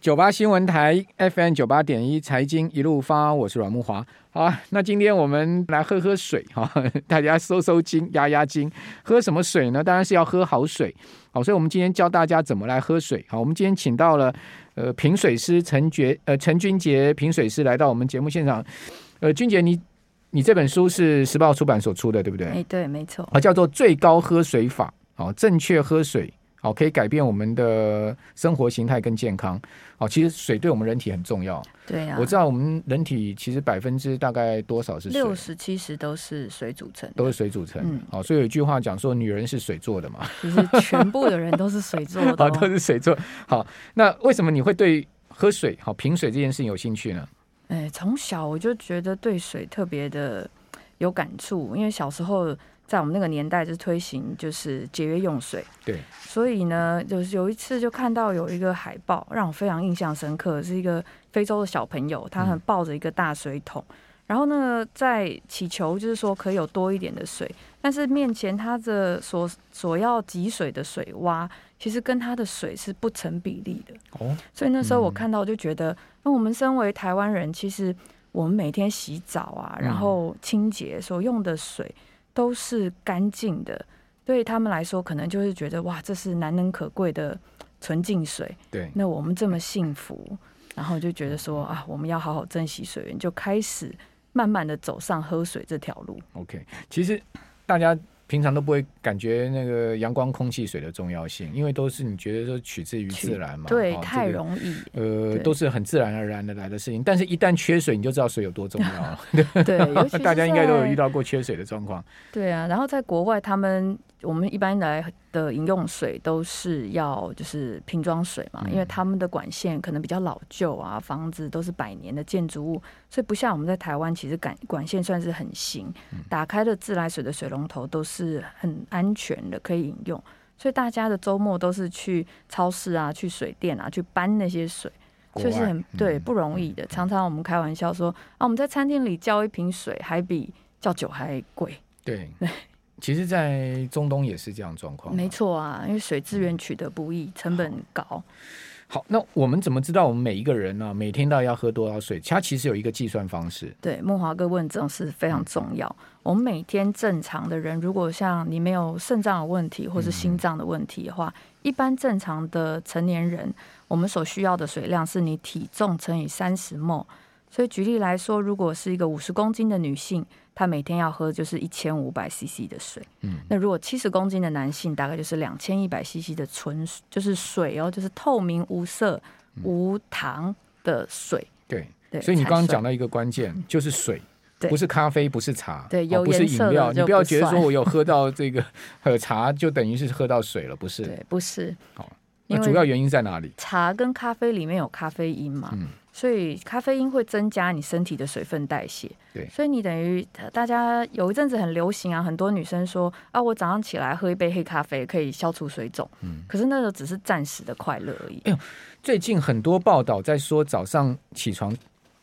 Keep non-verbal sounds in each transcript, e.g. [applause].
九八新闻台 FM 九八点一财经一路发，我是阮木华。好啊，那今天我们来喝喝水哈， [laughs] 大家收收精、压压惊。喝什么水呢？当然是要喝好水。好，所以我们今天教大家怎么来喝水。好，我们今天请到了呃评水师陈觉呃陈君杰评水师来到我们节目现场。呃，君杰，你你这本书是时报出版所出的，对不对？哎，对，没错，啊，叫做最高喝水法，好、正确喝水，好、可以改变我们的生活形态跟健康。好、其实水对我们人体很重要。对啊，我知道我们人体其实百分之大概多少是水，六十七十都是水组成的，都是水组成。嗯好、所以有一句话讲说，女人是水做的嘛，就是全部的人都是水做的、 [laughs] 好、都哦。是水做。好，那为什么你会对喝水、好、品水这件事情有兴趣呢？哎，从小我就觉得对水特别的有感触，因为小时候在我们那个年代就推行就是节约用水，对，所以呢，就是有一次就看到有一个海报，让我非常印象深刻，是一个非洲的小朋友，他很嗯抱着一个大水桶，然后呢在祈求，就是说可以有多一点的水，但是面前他的所所要汲水的水洼，其实跟他的水是不成比例的。哦，所以那时候我嗯看到就觉得，那我们身为台湾人，其实我们每天洗澡啊，嗯然后清洁所用的水都是干净的，对他们来说可能就是觉得哇，这是难能可贵的纯净水。对，那我们这么幸福，然后就觉得说啊，我们要好好珍惜水源，就开始慢慢的走上喝水这条路。 OK，其实大家平常都不会感觉那个阳光、空气、水的重要性，因为都是你觉得说取之于自然嘛，对，哦太。这个容 [laughs] 易，呃，对都是很自然而然的来的事情，但是一旦缺水，你就知道水有多重要 [laughs] 了。对，尤其是大家应该都有在遇到过缺水的状况。对啊，然后在国外，他们我们一般来的饮用水都是要就是瓶装水嘛，嗯因为他们的管线可能比较老旧啊，房子都是百年的建筑物，所以不像我们在台湾，其实管管线算是很新，嗯打开的自来水的水龙头都是很安全的，可以饮用。所以大家的周末都是去超市啊、去水电啊去搬那些水，国就外是很对嗯不容易的。常常我们开玩笑说啊，我们在餐厅里叫一瓶水还比叫酒还贵。 [laughs] 对，其实，在中东也是这样状况。没错啊，因为水资源取得不易，成本高。好，那我们怎么知道我们每一个人呢、每天到底要喝多少水？它其实有一个计算方式。对，梦华哥问这种事非常嗯重要。我们每天正常的人，如果像你没有肾脏的问题或是嗯心脏的问题的话，一般正常的成年人，我们所需要的水量是你体重乘以三十 ml。所以举例来说，如果是一个五十公斤的女性，她每天要喝就是一千五百 CC 的水。嗯，那如果七十公斤的男性，大概就是两千一百 CC 的纯就是水哦，就是透明无色、无糖的水。对，对，嗯所以你刚刚才算讲到一个关键，就是水。对不是咖啡，不是茶，对哦有不是颜饮色的料，你就不要不觉得说算 [laughs] 我有喝到这个喝茶就等于是喝到水了，不是？对，不是好。因那为主要原因在哪里？茶跟咖啡里面有咖啡因嘛，嗯所以咖啡因会增加你身体的水分代谢。对所以你等于呃大家有一阵子很流行啊，很多女生说啊，我早上起来喝一杯黑咖啡可以消除水肿，嗯哎可是那个只是暂时的快乐而已。最近很多报道在说，早上起床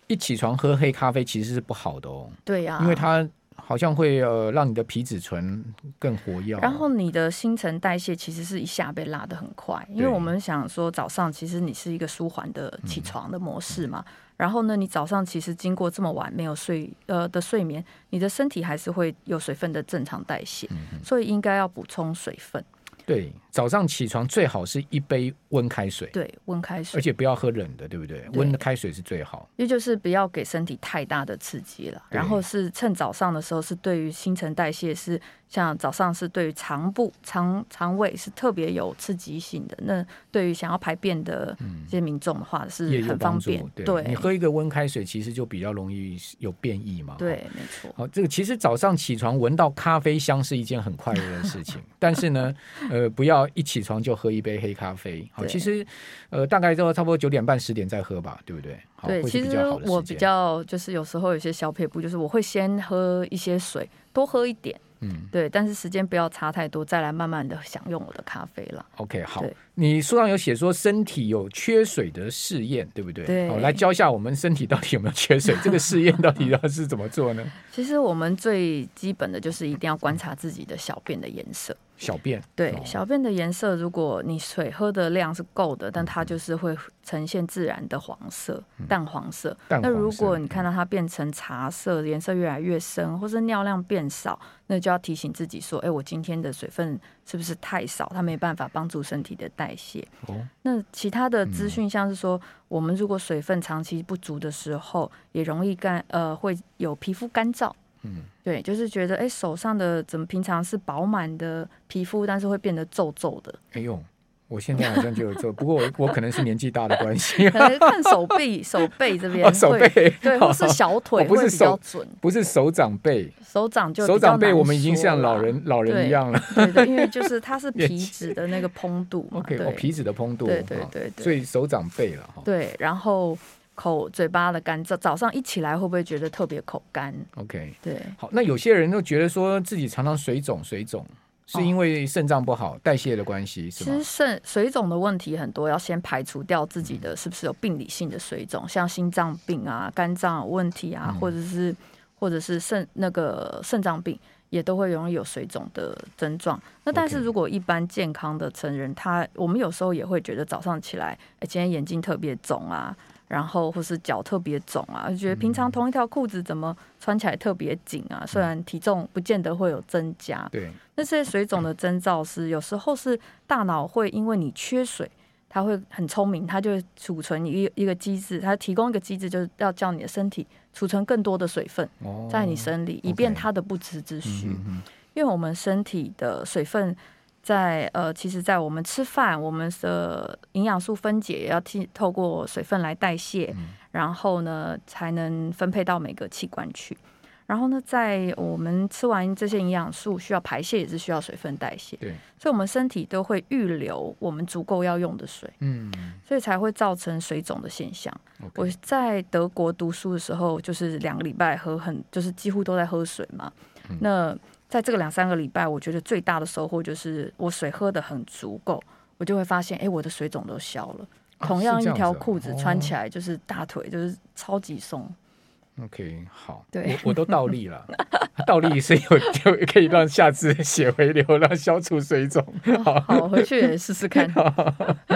一起床喝黑咖啡其实是不好的哦，对呀、啊，因为它好像会呃让你的皮质醇更活跃。哦然后你的新陈代谢其实是一下被拉得很快，因为对我们想说早上其实你是一个舒缓的起床的模式嘛，然后呢，你早上其实经过这么晚没有睡呃的睡眠，你的身体还是会有水分的正常代谢，所以应该要补充水分，对，早上起床最好是一杯温开水，对，温开而水，且不要喝冷的，对不对？对温的开水是最好。也就是不要给身体太大的刺激了，对然后是趁早上的时候是对于新陈代谢是像早上是对于肠部肠肠胃是特别有刺激性的，那对于想要排便的这些民众的话嗯也是有嗯很帮方助便，，对你对喝一个温开水，其实就比较容易有变异嘛。对，没错，好，这个其实早上起床闻到咖啡香是一件很快乐的事 [laughs] 情，但是呢，呃，不要一起床就喝一杯黑咖啡。好，对其实呃，大概都差不多九点半十点再喝吧，对不对？好，对，会是其比实较好的我时比间。较就是有时候有些小撇步，就是我会先喝一些水，多喝一点，嗯对，但是时间不要差太多，再来慢慢的享用我的咖啡了。 OK，好对，你书上有写说身体有缺水的试验，对不对？对好，来教一下我们身体到底有没有缺水，这个试验到底要是 [laughs] 怎么做呢？其实我们最基本的就是一定要观察自己的小便的颜色。小便，对哦，小便的颜色，如果你水喝的量是够的，但嗯它就是会呈现自然的黄色、淡黄色。淡那黄色嗯如果你看到它变成茶色，颜色越来越深，或是尿量变少，那就要提醒自己说：哎，我今天的水分是不是太少？它没办法帮助身体的代谢。哦，那其他的嗯资讯像是说，我们如果水分长期不足的时候，也容易干呃会有皮肤干燥。嗯，对，就是觉得哎、诶手上的怎么平常是饱满的皮肤，但是会变得皱皱的，哎呦，我现在好像就有皱，不过我我可能是年纪大的关系，可能看手臂手背 [laughs] 这边哦手会背对，或是小腿哦不是会比较手准，不是手掌背，手掌就比较手掌背难我们已经说像老啦，人 [laughs] 老人一样了。对 [laughs] 对，因为就是它是年皮纪脂的那个膨度 [laughs] 嘛， OK，对、哦，皮脂的膨度，对对哦对对所以手掌背了哈。对，然后口嘴巴的干燥，早上一起来会不会觉得特别口干？ OK，对，好，那有些人都觉得说自己常常水肿，水肿是哦因为肾脏不好、代谢的关系，是其吗实？肾水肿的问题很多，要先排除掉自己嗯的是不是有病理性的水肿，像心脏病啊、肝脏问题嗯啊，或者是或者是肾那个肾脏病，也都会容易有水肿的症状。那但是 OK 如果一般健康的成人，他我们有时候也会觉得早上起来，哎、今天眼睛特别肿啊。然后或是脚特别肿啊，就觉得平常嗯同一条裤子怎么穿起来特别紧啊？虽然体重不见得会有增加，对，那这些水肿的征兆是，有时候是大脑会因为你缺水，它会很聪明，它就会储存一一个机制，它提供一个机制，就是要叫你的身体储存更多的水分哦，在你身里，以 OK 便它的不时之需。嗯嗯因为我们身体的水分在呃，其实，在我们吃饭，我们的营养素分解也要替透过水分来代谢，然后呢，才能分配到每个器官去。然后呢，在我们吃完这些营养素需要排泄，也是需要水分代谢，对，所以我们身体都会预留我们足够要用的水，嗯所以才会造成水肿的现象。我，OK，在德国读书的时候，就是两个礼拜喝很，就是几乎都在喝水嘛。嗯那在这个两三个礼拜，我觉得最大的收获就是我水喝的很足够，我就会发现，哎、我的水肿都消了。啊同样是一这样条子啊裤子穿起来，就是大腿就是超级松。 OK，好，对我我都倒立了， [laughs] 倒立是有就可以让下肢血回流，让消除水 [laughs] 肿。好，好，我回去也试 [laughs] 试看。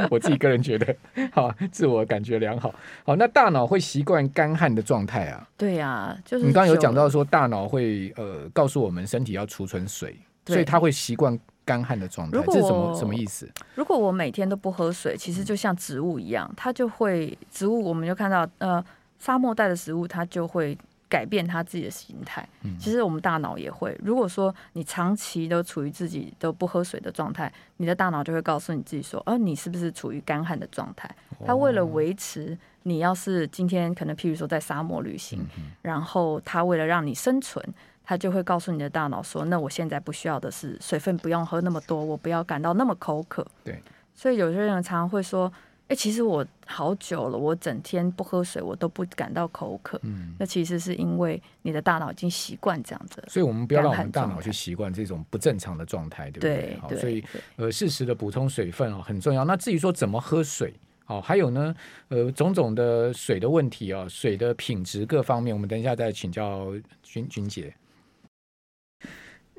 我自己个人觉得， [laughs] 好，自我感觉良好。好，那大脑会习惯干旱的状态啊。对呀、啊，就是你刚刚有久讲了到说，大脑会呃告诉我们身体要储存水，对所以它会习惯干旱的状态。如这果是什么什么意思？如果我每天都不喝水，其实就像植物一样，它就会植物，我们就看到呃沙漠带的植物，它就会改变它自己的形态。其实我们大脑也会，如果说你长期都处于自己都不喝水的状态，你的大脑就会告诉你自己说，呃，你是不是处于干旱的状态？它为了维持你，要是今天可能譬如说在沙漠旅嗯行，然后它为了让你生存。它就会告诉你的大脑说：“那我现在不需要的是水分，不用喝那么多，我不要感到那么口渴。”对，所以有些人常常会说：“哎、其实我好久了，我整天不喝水，我都不感到口渴。”嗯，那其实是因为你的大脑已经习惯这样子了。所以我们不要让我们大干脑旱去习惯这种不正常的状态，对不对好，对，所以对呃，适时的补充水分哦很重要。那至于说怎么喝水，哦，还有呢，呃，种种的水的问题哦，水的品质各方面，我们等一下再请教君君姐。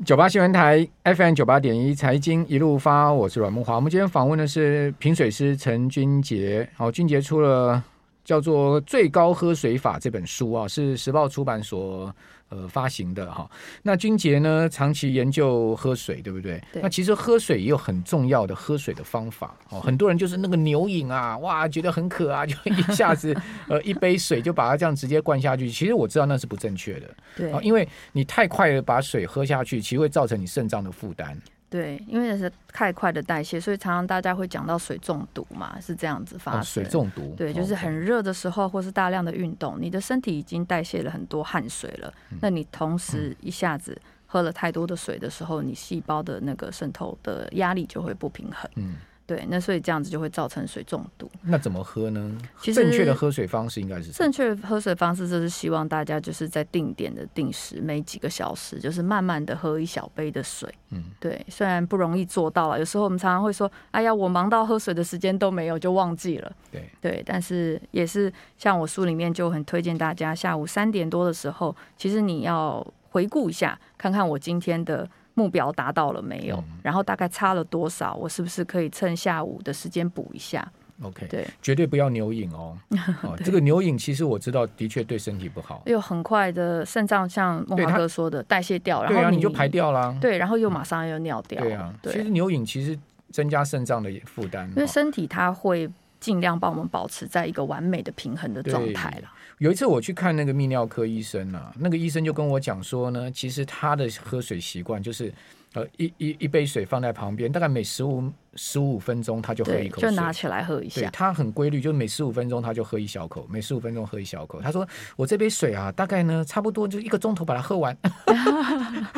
九八新闻台 FM 九八点一财经一路发，我是阮梦华。我们今天访问的是评水师陈君杰，哦，君杰出了叫做《最高喝水法》这本书啊、是时报出版所呃发行的哈、那君杰呢，长期研究喝水，对不对？对那其实喝水也有很重要的喝水的方法哦。很多人就是那个牛饮啊，哇，觉得很渴啊，就一下子呃一杯水就把它这样直接灌下去。其实我知道那是不正确的对哦，因为你太快的把水喝下去，其实会造成你肾脏的负担。对，因为是太快的代谢，所以常常大家会讲到水中毒嘛，是这样子发生。哦，水中毒，对，就是很热的时候，或是大量的运动，你的身体已经代谢了很多汗水了。嗯那你同时一下子喝了太多的水的时候，你细胞的那个渗透的压力就会不平衡。嗯，对，那所以这样子就会造成水中毒。那怎么喝呢？其实正确的喝水方式应该是什么正确的喝水方式就是希望大家就是在定点的定时，每几个小时就是慢慢的喝一小杯的水。嗯，对，虽然不容易做到了，有时候我们常常会说，哎呀，我忙到喝水的时间都没有，就忘记了。对对，但是也是像我书里面就很推荐大家，下午三点多的时候，其实你要回顾一下，看看我今天的目标达到了没有，嗯然后大概差了多少，我是不是可以趁下午的时间补一下？ OK，对，绝对不要牛饮 [laughs] 哦。哦，这个牛饮其实我知道，的确对身体不好。又很快的肾脏像孟对华它哥说的代谢掉，然对后啊，你就排掉啦。对，然后又马上又尿掉，对啊，其实对，牛饮其实增加肾脏的负担因为哦。身体它会尽量帮我们保持在一个完美的平衡的状态了。有一次我去看那个泌尿科医生啊，那个医生就跟我讲说呢，其实他的喝水习惯就是，呃，一一一杯水放在旁边，大概每十五十五分钟他就喝对，一口就水。拿起来喝一对下，他很规律，就每十五分钟他就喝一小口，每十五分钟喝一小口。他说：“我这杯水啊，大概呢，差不多就一个钟头把它喝 [laughs] 完。” [laughs]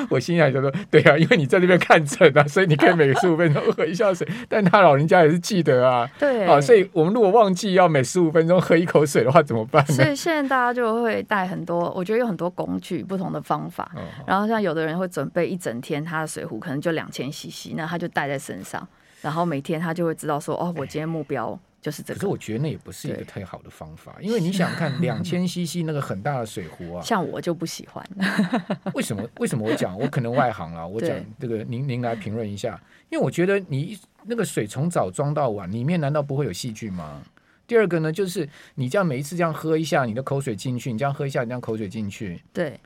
我心想就说：“对啊，因为你在那边看诊啊，所以你可以每十五分钟喝一下水。 [laughs] 但他老人家也是记得啊，对，啊，所以我们如果忘记要每十五分钟喝一口水的话，怎么办 [laughs] 所呢以现在大家就会带很多，我觉得有很多工具、不同的方法？”。哦然后像有的人会准备一整天他的水壶，可能就两千 CC，那他就带在身上，然后每天他就会知道说，哦，我今天目标就是这可是个。我觉得那也不是一个对太好的方法，因为你想看两千 CC 那个很大的水壶啊，像我就不喜欢，为什么？ [laughs] 为什么我讲我可能外行了？啊我讲对这个，您您来评论一下，因为我觉得你那个水从早装到晚，里面难道不会有细菌吗？第二个呢，就是你这样每一次这样喝一下，你的口水进去，你这样喝一下，你这样口水进去，对，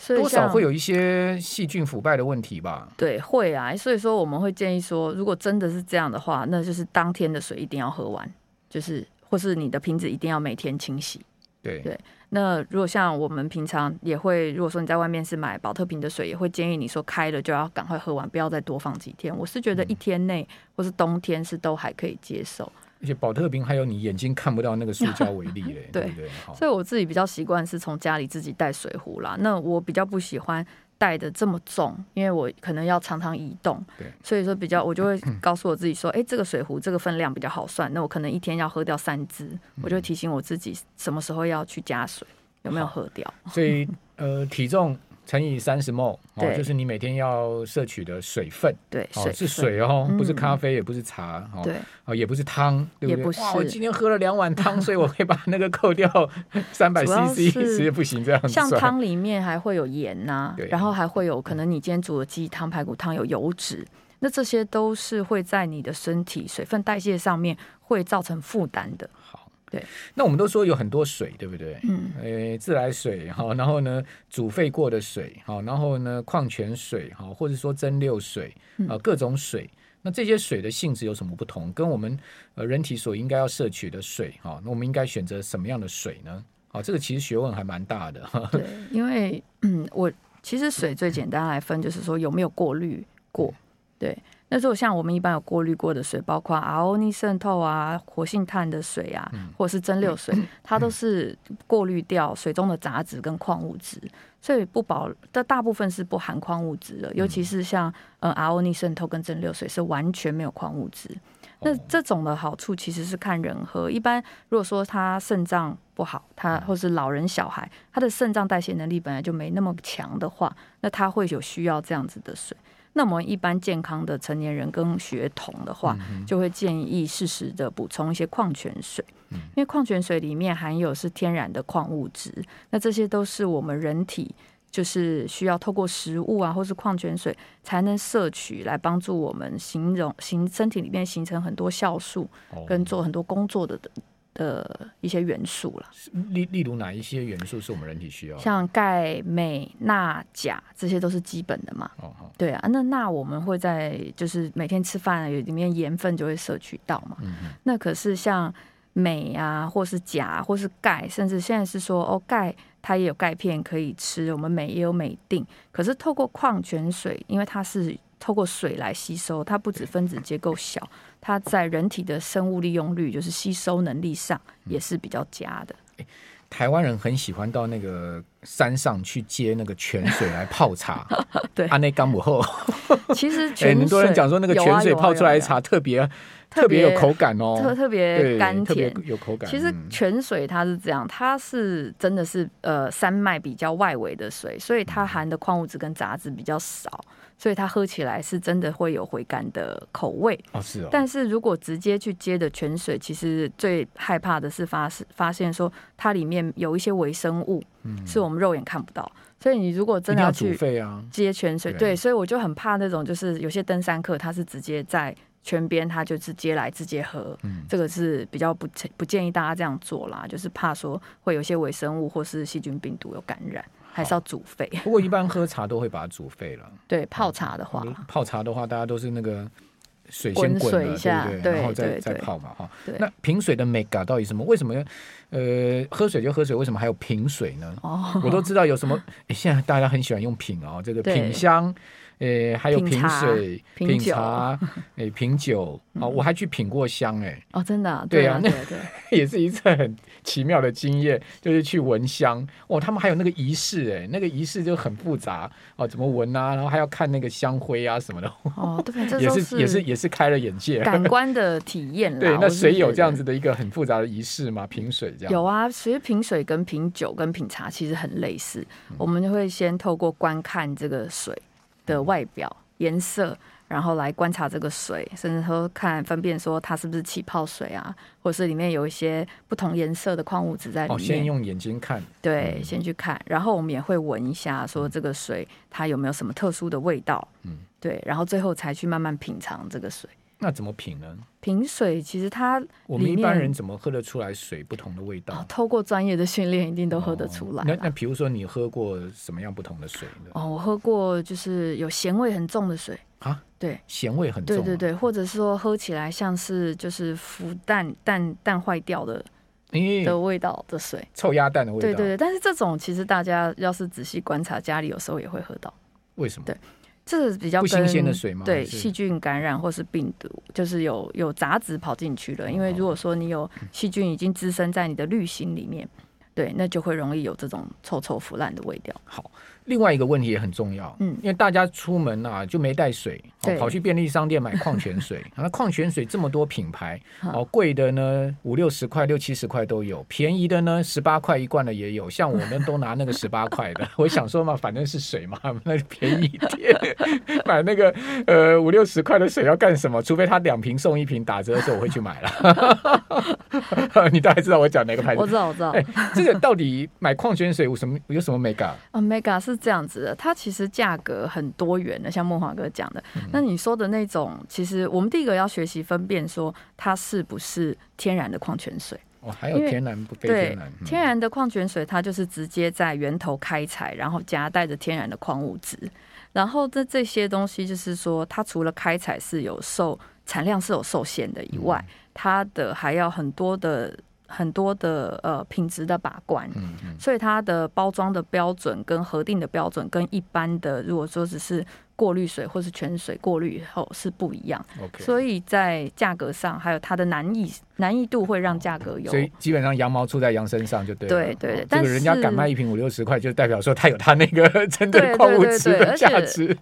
所以多少像会有一些细菌腐败的问题吧？对会啊，所以说我们会建议说，如果真的是这样的话，那就是当天的水一定要喝完，就是或是你的瓶子一定要每天清洗。对，对那如果像我们平常也会，如果说你在外面是买保特瓶的水，也会建议你说开了就要赶快喝完，不要再多放几天。我是觉嗯得一天内或是冬天是都还可以接受，而且保特瓶还有你眼睛看不到那个塑胶微粒嘞，对对不对？好，所以我自己比较习惯是从家里自己带水壶啦。那我比较不喜欢带的这么重，因为我可能要常常移动对，所以说比较我就会告诉我自己说，哎、这个水壶这个分量比较好算，那我可能一天要喝掉三支，嗯我就会提醒我自己什么时候要去加水，有没有喝掉？ [laughs] 所以呃，体重乘以三十 ml，哦，对就是你每天要摄取的水分，对，哦，是分水哦，不是嗯咖啡，也不是茶，哦，对。哦，也不是汤，对不对？也不是哇，我今天喝了两碗汤，所以我可以把那个扣掉三百主要 CC，是其实不行这样像算。汤里面还会有盐呐、对然后还会有可能你今天煮的鸡汤、排骨汤有油脂，那这些都是会在你的身体水分代谢上面会造成负担的。好，对。那我们都说有很多水，对不对？嗯，呃，自来水哈、然后呢，煮沸过的水哈、然后呢，矿泉水哈、或者说蒸馏水嗯啊、呃各种水。那这些水的性质有什么不同？跟我们呃人体所应该要摄取的水哈、那我们应该选择什么样的水呢？好、这个其实学问还蛮大的。哈。对，因为嗯，我其实水最简单来分就是说有没有过滤过，对。那如果像我们一般有过滤过的水，包括 RO 逆渗透啊、活性炭的水啊，或者是蒸馏水，它都是过滤掉水中的杂质跟矿物质，所以不保，但大部分是不含矿物质的，尤其是像呃 RO 逆渗透跟蒸馏水是完全没有矿物质。那哦这种的好处其实是看人喝。一般如果说他肾脏不好，他或是老人、小孩，他的肾脏代谢能力本来就没那么强的话，那他会有需要这样子的水。那我们一般健康的成年人跟学童的话，就会建议适时的补充一些矿泉水，因为矿泉水里面含有是天然的矿物质，那这些都是我们人体就是需要透过食物啊，或是矿泉水才能摄取，来帮助我们形容形身体里面形成很多酵素，哦跟做很多工作的的的一些元素啦，例例如哪一些元素是我们人体需要的？像钙、镁、钠、钾，这些都是基本的嘛。哦好，对啊，那钠我们会在就是每天吃饭有里面盐分就会摄取到嘛。嗯哼。那可是像镁啊，或是钾啊，或是钙，甚至现在是说哦，钙它也有钙片可以吃，我们镁也有镁锭。可是透过矿泉水，因为它是透过水来吸收，它不止分子结构小，它在人体的生物利用率，就是吸收能力上嗯也是比较佳的。，台湾人很喜欢到那个山上去接那个泉水来泡茶 [laughs] 啊对安内甘姆后，其 [laughs] 实哎，泉水，很多人讲说那个有啊泉水有啊泡出来的有啊茶特别特别别有口感哦，啊特特别对，甘特别甜，有口感。其实嗯泉水它是这样，它是真嗯的是呃山脉比较外围的水，所以它含的矿物质跟杂质比较少，所以它喝起来是真的会有回甘的口味。哦，是哦，但是如果直接去接的泉水，其实最害怕的是发发现说它里面有一些微生物，是我们肉眼看不到。所以你如果真嗯一定的要煮去沸啊，接泉水，对对，所以我就很怕那种就是有些登山客他是直接在泉边，他就直接来直接喝，嗯这个是比较不不建议大家这样做啦，就是怕说会有一些微生物或是细菌病毒有感染，还是要煮沸。不过一般喝茶都会把它煮沸了。 [laughs] 对，泡茶的话，泡茶的话，大家都是那个水先滚滚水了，一下对不对然后再对再对泡嘛，哈。对那瓶水的 mega 到底什么？为什么要呃喝水就喝水，为什么还有瓶水呢？哦，我都知道有什么，诶现在大家很喜欢用品啊、这个对品香，呃，还有品品茶水、品嗯品茶，诶，品酒 [laughs] 啊、我还去品过香、诶， [laughs] 哦，真的啊、对啊啊，那对啊对啊，也是一次很奇妙的经验，就是去闻香哦，他们还有那个仪式、诶，那个仪式就很复杂哦，怎么闻啊，然后还要看那个香灰啊什么的，哦，对，这 [laughs] 也都是也是也是开了眼界。感官的体验 [laughs] 啦。对，那我是水有觉这样得子的一个很复杂的仪式吗？品水这样哦有啊，其实品水跟品酒跟品茶其实很类似，嗯我们就会先透过观看这个水嗯的外表、颜色，然后来观察这个水，甚至说看分辨说它是不是气泡水啊，或者是里面有一些不同颜色的矿物质在哦，里先面。用眼嗯睛看，对，先去看，然后我们也会闻一下，说这个水它有没有什么特殊的味道。嗯嗯，对，然后最后才去慢慢品尝这个水。那怎么品呢？品水其实它我们里一般面人怎么喝得出来水不同的味道？哦透过专业的训练，一定都喝得出来哦啦、那那比如说你喝过什么样不同的水呢？哦，我喝过就是有咸味很重的水，啊，对咸味很重、对啊。对对，或者是说喝起来像是就是腐蛋蛋蛋坏掉的对，因的味道的水，臭鸭嗯蛋的味道。对对对。但是这种其实大家要是仔细观察，家里有时候也会喝到，为什么？对这个比较不新跟鲜的水吗还对，是细菌感染或是病毒，就是有有杂质跑进去了。因为如果说你哦有细菌已经滋生在你的滤芯里面，对，那就会容易有这种臭臭腐烂的味道。好，另外一个问题也很重要，嗯因为大家出门啊就没带水，哦对跑去便利商店买矿泉水， [laughs] 啊那矿泉水这么多品牌，嗯哦，贵的呢五六十块、六七十块都有，便宜的呢十八块一罐的也有，像我们都拿那个十八块 [laughs] 的，我想说嘛，反正是水嘛， [laughs] 那就便宜一点， [laughs] 买那个呃五六十块的水要干什么？除非它两瓶送一瓶打折的时候，我会去买 [laughs] 了。 [laughs] 你大概知道我讲哪个牌我子？知道，我知道。 [laughs] 哎，这个到底买矿泉水有什么有什么美感？ Omega 是这样子的，它其实价格很多元的，像梦华哥讲的。嗯那你说的那种，其实我们第一个要学习分辨说它是不是天然的矿泉水。哦，还有因为天然不非对天然，，嗯天然的矿泉水它就是直接在源头开采，然后夹带着天然的矿物质。然后这这些东西就是说，它除了开采是有受产量是有受限的以外，嗯它的还要很多的很多的呃品质的把关。嗯嗯所以它的包装的标准跟核定的标准跟一般的，如果说只是过滤水或是泉水过滤以后是不一样， ，OK。所以在价格上还有它的难易难易度会让价格有所以基本上羊毛出在羊身上就对了。对对哦对这但个是人家敢卖一瓶五六十块，就代表说他有他那个 [laughs] 针对对矿物对质对的而价且值。